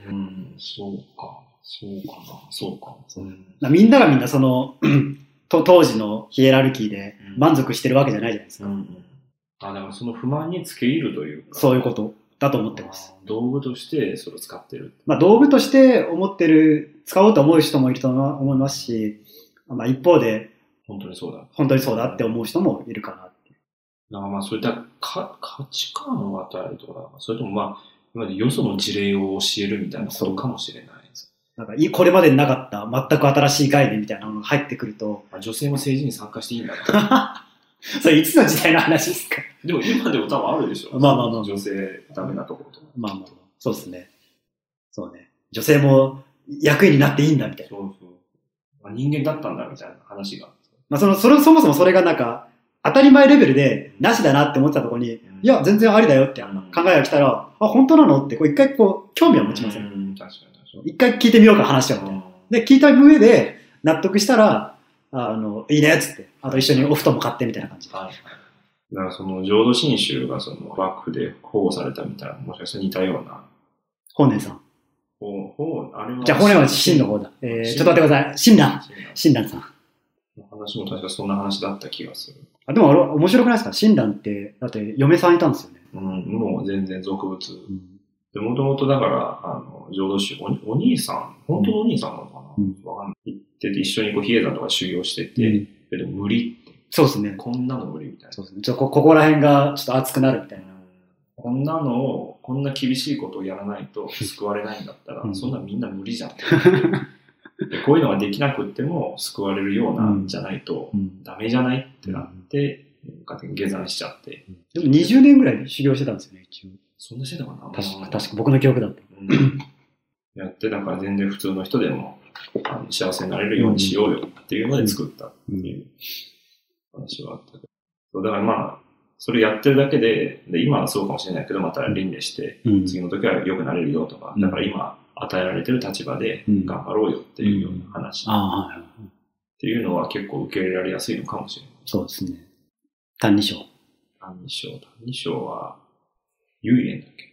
S2: うん、そうか、そうかな、そうか。うん
S1: みんながみんなその、 [clears throat] と当時のヒエラルキーで
S2: うん
S1: 満足してるわけじゃないじゃないです
S2: う
S1: か。
S2: ん、あ、だからその不満につけ入るというか。
S1: そういう
S2: と
S1: ことだと思ってます。。
S2: 道具としてそれを使ってる。
S1: まあ、道具として思ってる、使おうと思う人もいると思いますし、まあ、一方で
S2: 本当にそうだ。
S1: 本当にそうだって思う人もいるかなっていう。
S2: なんかまあそういったか価値観を与えるとか、それともまあ、今までよその事例を教えるみたいなことかもしれないです。
S1: なんかいこれまでになかった全く新しい概念みたいなものが入ってくると、
S2: あ女性も政治に参加していいんだな。
S1: それいつの時代の話ですか
S2: でも今でも多分あるでしょ。
S1: まあまあまあ
S2: 女性ダメなところとか。
S1: まあまあ、そうですね。そうね。女性も役員になっていいんだみたいな。
S2: そうそう。あ人間だったんだみたいな話が。
S1: まあその、それ、そもそもそれがなんか、当たり前レベルで、なしだなって思ってたところに、いや、全然ありだよって
S2: うん
S1: 考えが来たら、あ、本当なのって、こう一回こう、興味は持ちません。
S2: うん、確かに確かに。
S1: 一回聞いてみようか話をみたいな。で、聞いた上で、納得したら、あの、いいねっつって、あと一緒にお布団も買ってみたいな感じ。
S2: はい。だからその浄土真宗がその幕府で保護されたみたいな、もしかしたら似たような。
S1: 本年さん。
S2: ほうほうあれは
S1: じゃあ、本年は真の方だ。えー、ちょっと待ってください。親鸞。親鸞さん。
S2: の話も確かそんな話だった気がする。
S1: あ、でもあれ、面白くないですか親鸞って、だって嫁さんいたんですよね。
S2: うん、もう全然俗物。で、もともとだから、あの、浄土宗、おお兄さん、本当のお兄さんなのか
S1: うん
S2: なわ、かんない。行ってて、一緒にこう、比叡山とか修行してて、
S1: うん
S2: ででも無理って、
S1: そうですね。
S2: こんなの無理みたいな。
S1: そうですね。ちょっとこ、ここら辺がちょっと熱くなるみたいな。
S2: こんなのを、こんな厳しいことをやらないと救われないんだったら、
S1: うん
S2: そんなみんな無理じゃん。でこういうのができなくっても救われるような
S1: うん
S2: んじゃないと
S1: うん
S2: ダメじゃないってなって、なんか下山しちゃって。
S1: でも20年ぐらい修行してたんですよね、一応。
S2: そんなしてたかな
S1: 確か、確か僕の記憶だと。
S2: うんやって、だから全然普通の人でもあの幸せになれるようにしようよっていうので作ったっていう話はあったけど。そうだからまあ、それやってるだけで、で今はそうかもしれないけど、また輪廻して、
S1: うん
S2: 次の時は良くなれるよとか
S1: う、ん
S2: だから今与えられてる立場で
S1: うん
S2: 頑張ろうよっていうような話っ
S1: ああ、はいはい。
S2: ていうのは結構受け入れられやすいのかもしれない。
S1: そうですね。単二章。
S2: 単二章、単二章は、幽玄だっけ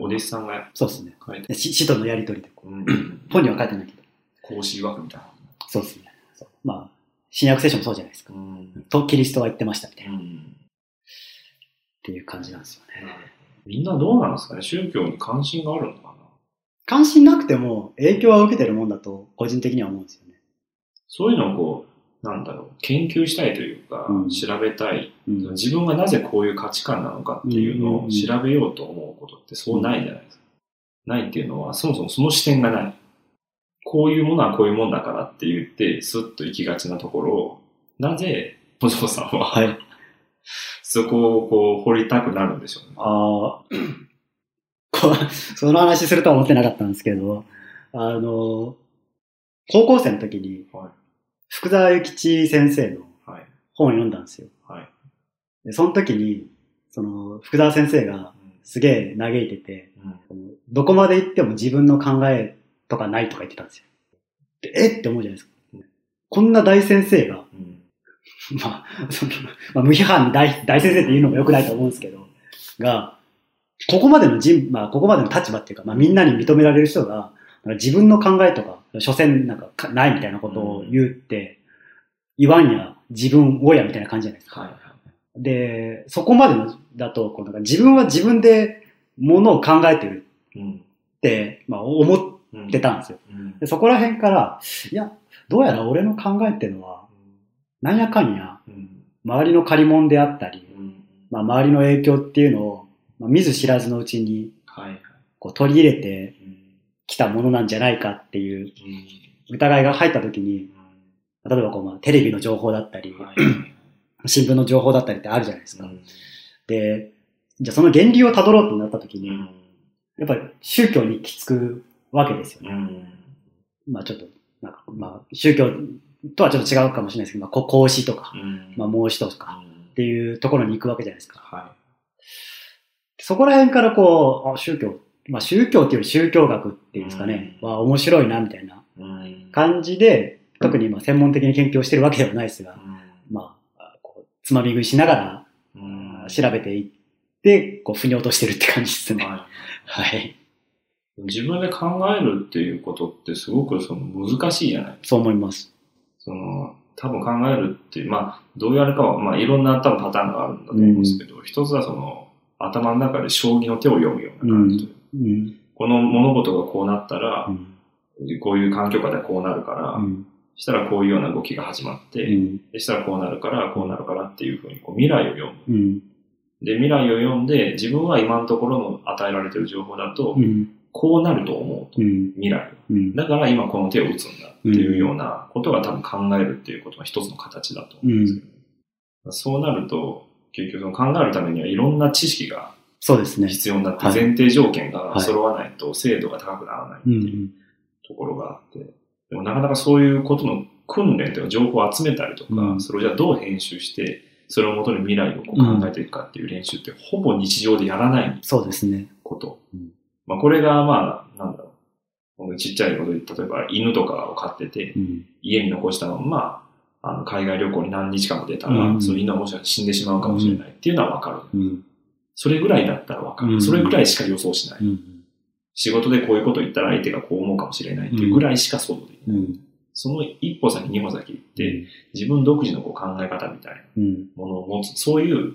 S2: お弟子さんが
S1: そうですね。
S2: 書いて、
S1: でし使徒のやりとりでこう。
S2: うん、
S1: 本には書いてないけど。
S2: 講師枠みたいな。
S1: そうですね。そうまあ、新約聖書もそうじゃないですか。
S2: うん
S1: と、キリストは言ってましたみたいな。っ
S2: うん
S1: ていう感じなんですよね。
S2: みんなどうなんですかね宗教に関心があるのかな
S1: 関心なくても影響は受けてるもんだと、個人的には思うんですよね。
S2: そういうのをこう、なんだろう、研究したいというか、
S1: うん
S2: 調べたい。
S1: うん。
S2: 自分がなぜこういう価値観なのかっていう
S1: う
S2: の
S1: んうんう
S2: を
S1: ん
S2: 調べようと思うことってそうないじゃないですか。ないっていうのは、そもそもその視点がない。こういうものはこういうもんだからって言って、スッと行きがちなところを、なぜ、お嬢さんは、 [laughs]
S1: はい。
S2: そこをこう、掘りたくなるんでしょうね。
S1: ああ、こう [coughs] その話するとは思ってなかったんですけど、あの、高校生の時に
S2: はい、
S1: 福沢諭吉先生の
S2: はい。
S1: 本を読んだんですよ。
S2: はい。
S1: で、その時に、その、福沢先生がすげえ嘆いてて、
S2: うん
S1: どこまで行っても自分の考えとかないとか言ってたんですよ。でえって思うじゃないですか。こんな大先生が、
S2: うん
S1: まあ、そのまあ、無批判に大大先生って言うのも良くないと思うんですけど、が、ここまでの人、まあ、ここまでの立場っていうか、まあ、みんなに認められる人が、なんか自分の考えとか、所詮なんかかないみたいなことを言うって、言わんや、自分をやみたいな感じじゃないですか。
S2: はい。
S1: で、そこまでのだと、こうなんか自分は自分でものを考えてる
S2: うん。
S1: って、まあ、思っ
S2: うん
S1: 出たんですよ。
S2: うん
S1: でそこら辺から、いや、どうやら俺の考えってのは、なんやかんや、
S2: うん
S1: 周りの借り物であったり、
S2: うん
S1: まあ、周りの影響っていうのを、まあ見ず知らずのうちに
S2: はいはい。
S1: こう取り入れて
S2: うん
S1: きたものなんじゃないかっていう
S2: うん
S1: 疑いが入った時に、例えばこう、まあ、テレビの情報だったり、
S2: はいはい
S1: 新聞の情報だったりってあるじゃないです
S2: う
S1: か。
S2: ん
S1: で、じゃあその源流をたどろうってなった時
S2: う
S1: に、
S2: ん
S1: やっぱり宗教に行き着くわけですよね。
S2: うん
S1: まあちょっと、なんかまあ宗教とはちょっと違うかもしれないですけど、まあこ孔子とか、
S2: うん
S1: まあ、孟子とか、
S2: うん
S1: っていうところに行くわけじゃないですか。
S2: は
S1: そこら辺からこう、あ宗教まあ宗教っていうより宗教学っていうんですかね、は面白いなみたいな感じで、特に今専門的に研究をしてるわけではないですが、まあ、こうつまみ食いしながら、調べていって、こう、腑に落としてるって感じですね。はい。はい、
S2: 自分で考えるっていうことってすごくその難しいじゃない
S1: そう思います。
S2: その、多分考えるっていう、まあ、どうやるかは、まあ、いろんな多分パターンがあるんだと思うんですけど、うん、一つはその、頭の中で将棋の手を読むような感じという、うんうん、この物事がこうなったら、こういう環境下でこうなるから、したらこういうような動きが始まって、うん、でしたらこうなるから、こうなるからっていうふうにこう未来を読む、うん、で、未来を読んで、自分は今のところの与えられてる情報だと、うん、こうなると思うと、未来、だから今この手を打つんだっていうようなことが多分考えるっていうことが一つの形だと思うんですけど、そうなると、結局考えるためにはいろんな知識が必要になって、前提条件が揃わないと精度が高くならないっていうところがあって、でもなかなかそういうことの訓練というか情報を集めたりとか、うん、それをじゃあどう編集して、それをもとに未来をこう考えていくかっていう練習ってほぼ日常でやらない
S1: そうですね。
S2: こと。まあこれがまあ、なんだろう。ちっちゃいことで、例えば犬とかを飼ってて、うん、家に残したまま、あの海外旅行に何日間も出たら、うん、その犬はもしかして死んでしまうかもしれないっていうのはわかる、それぐらいだったらわかる、それぐらいしか予想しない。仕事でこういうこと言ったら相手がこう思うかもしれないっていうぐらいしか想像できない。うん、その一歩先二歩先行って、自分独自のこう考え方みたいなものを持つ、うん、そういう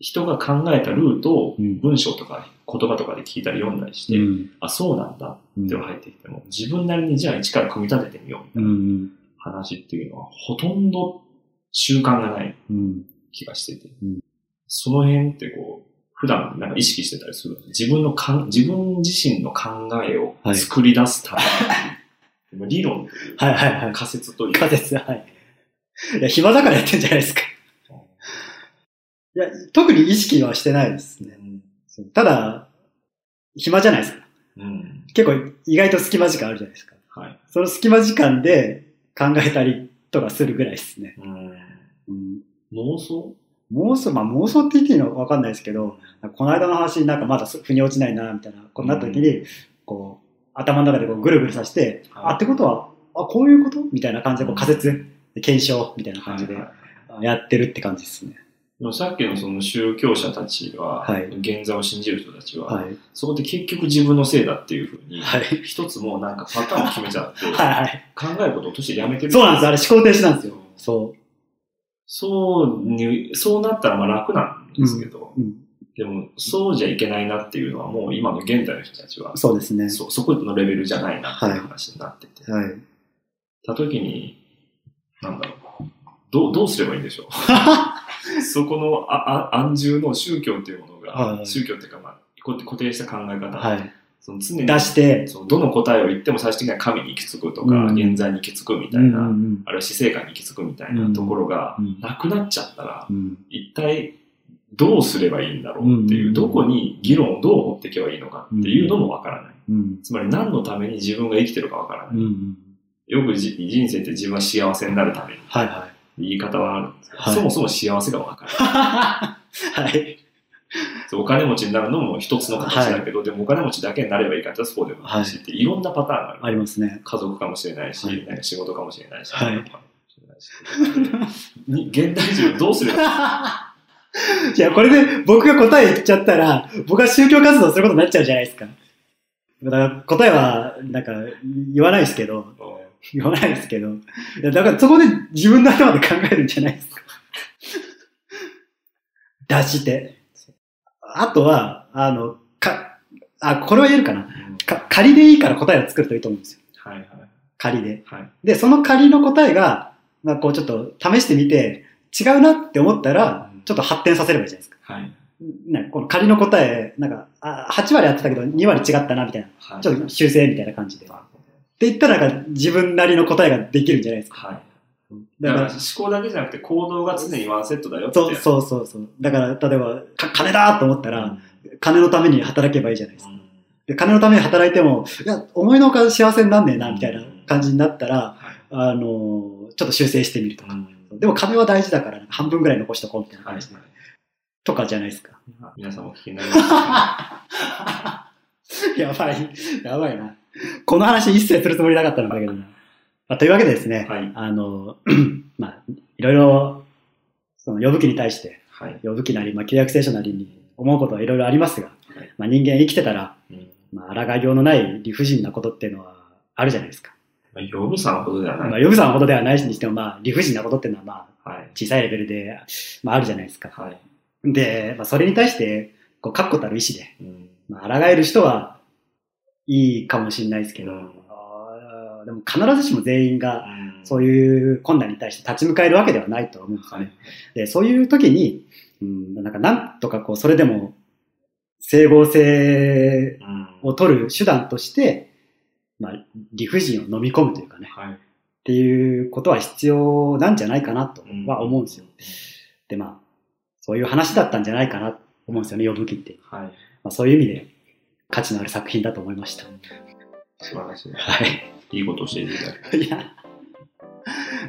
S2: 人が考えたルートを文章とか言葉とかで聞いたり読んだりして、うん、あ、そうなんだって入ってきても、自分なりにじゃあ一から組み立ててみようみたいな話っていうのはほとんど習慣がない気がしてて、その辺ってこう、普段なんか意識してたりする。自分のか自分自身の考えを作り出すため、はい [laughs] 、理論という
S1: はいはいはい、
S2: 仮説という
S1: 仮説、はい。いや、暇だからやってんじゃないですか。いや、特に意識はしてないですね。うん、ただ、暇じゃないですか。うん、結構意外と隙間時間あるじゃないですか。はい、その隙間時間で考えたりとかするぐらいですね。
S2: うん、妄想
S1: 妄想、まあ妄想って言っていいのかわかんないですけど、この間の話なんかまだ腑に落ちないな、みたいなことになった時に、こう、頭の中でこうぐるぐるさして、あ、ってことは、あ、こういうことみたいな感じでこう仮説、検証みたいな感じでやってるって感じですね。
S2: さっきのその宗教者たちは、現在を信じる人たちは、そこで結局自分のせいだっていうふうに、一つもうなんかパターンを決めちゃって、考えることをとしてやめてる。
S1: そうなんです。あれ思考停止なんですよ。そう。
S2: そうに、そうなったらまあ楽なんですけど、うんうん、でも、そうじゃいけないなっていうのはもう今の現代の人たちは、
S1: そうですね。
S2: そ、そこのレベルじゃないなっていう話になってて。はい。はい、たときに、なんだろう。どう、どうすればいいんでしょう。 [laughs] そこのああ安住の宗教っていうものが、はい、宗教っていうか、まあ、固定した考え方、はい、その常に
S1: 出して
S2: そのどの答えを言っても最終的には神に行き着くとか、うん、現在に行き着くみたいな、うん、あるいは死生観に行き着くみたいなところがなくなっちゃったら、うん、一体どうすればいいんだろうっていう、どこに議論をどう持っていけばいいのかっていうのもわからない、つまり何のために自分が生きてるかわからない、よくじ人生って自分は幸せになるために、はいはい、言い方はあるんですけど、はい、
S1: [laughs]
S2: そもそも幸せがわからない。はいお金持ちになるのも一つの形だけど、はい、でもお金持ちだけになればいいかってそうでもないし、はい、いろんなパターンがある。
S1: ありますね。 [laughs]
S2: 家族かもしれないし、はい、なんか仕事かもしれないし、はい、かもしれないし。 [laughs] 現代人どうすれば
S1: いや、これで僕が答え言っちゃったら、僕は宗教活動することになっちゃうじゃないですか。だから答えは、なんか、言わないですけど、言わないですけど、だからそこで自分の頭で考えるんじゃないですか。出して。あとは、あの、か、あ、これは言えるかな。か仮でいいから答えを作るといいと思うんですよ。はいはい。仮で。はい、で、その仮の答えが、まあ、こうちょっと試してみて、違うなって思ったら、ちょっと発展させればいいじゃないですか。はい。なんかこの仮の答え、なんか、あ8割やってたけど2割違ったな、みたいな。はい、ちょっと修正みたいな感じで。はい、って言ったら、なんか自分なりの答えができるんじゃないですか。はい。
S2: だから思考だけじゃなくて行動が常にワンセットだよって
S1: そうそうそうそうだから例えば金だと思ったら、金のために働けばいいじゃないですか、うん、で金のために働いてもいや思いのほか幸せになんねえなみたいな感じになったら、うん、あのちょっと修正してみるとか、うん、でも金は大事だから半分ぐらい残しとこうみたいな感じで、はい、とかじゃないですか [laughs]
S2: 皆さんも聞きになりました、ね
S1: やばい。やばいな。この話一切するつもりなかったんだけどな。まあ、というわけでですね、
S2: はい
S1: あの、 [clears throat] まあ、いろいろ、その、呼ぶ気に対して、
S2: はい。
S1: 呼ぶ気なり、まあ、契約聖書なりに思うことはいろいろありますが、
S2: はい
S1: まあ、人間生きてたら、
S2: うん
S1: まあ、抗いようのない理不尽なことっていうのはあるじゃないですか。
S2: まあ、呼ぶさのことでは
S1: ま
S2: な
S1: あ、
S2: い。
S1: 呼ぶさんのことではないにしても、まあ、理不尽なことっていうのは、まあ、
S2: はい。
S1: 小さいレベルで、まあ、あるじゃないですか。
S2: はい。
S1: で、まあ、それに対して、こう、確固たる意志で、
S2: うん。
S1: まあ、抗える人はいいかもしれないですけど、
S2: うん
S1: あーでも必ずしも全員がそう
S2: い
S1: いう困難に対して立ち向かえるわけではないと思うんですよ
S2: は
S1: ね。
S2: い。
S1: で、そういう時に、うん、なんかなんとかこう、それでも整合性
S2: うん。
S1: を取る手段として、まあ、理不尽を飲み込むというかね、
S2: はい。
S1: っていうことは必要なんじゃないかなとは思うんですよ。で、まあ、そういう話だったんじゃないかなと思うんですよね、呼ぶ気って。
S2: はい。
S1: まあ、そういう意味で価値のある作品だと思いました。
S2: 素晴らし
S1: はい。
S2: い。いいことを教えていただき
S1: い [laughs] や、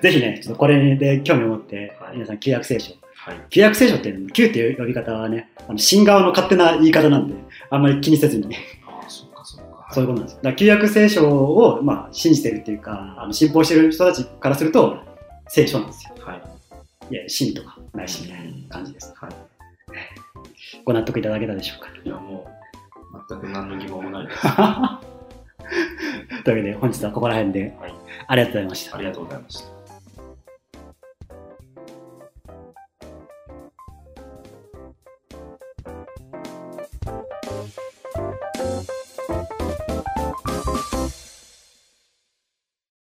S1: ぜひね、ちょっとこれで興味を持って、
S2: はい
S1: 皆さん、旧約聖書。
S2: はい。
S1: 旧約聖書っていうのも、旧っていう呼び方はね、あの新側の勝手な言い方なんで、あんまり気にせずに、
S2: ああ、そうか、そうか。
S1: そういうことなんですよ。だから旧約聖書を、まあ、信じてるっていうか、あの信奉してる人たちからすると、聖書なんですよ。
S2: はい。
S1: いや、信とかないしみたいな感じです。
S2: はい。
S1: ご納得いただけたでしょうか。
S2: いや、もう、全く何の疑問もないです。
S1: というわけで、本日はここら辺で
S2: はい。
S1: ありがとうございました
S2: あ。りがとうございました。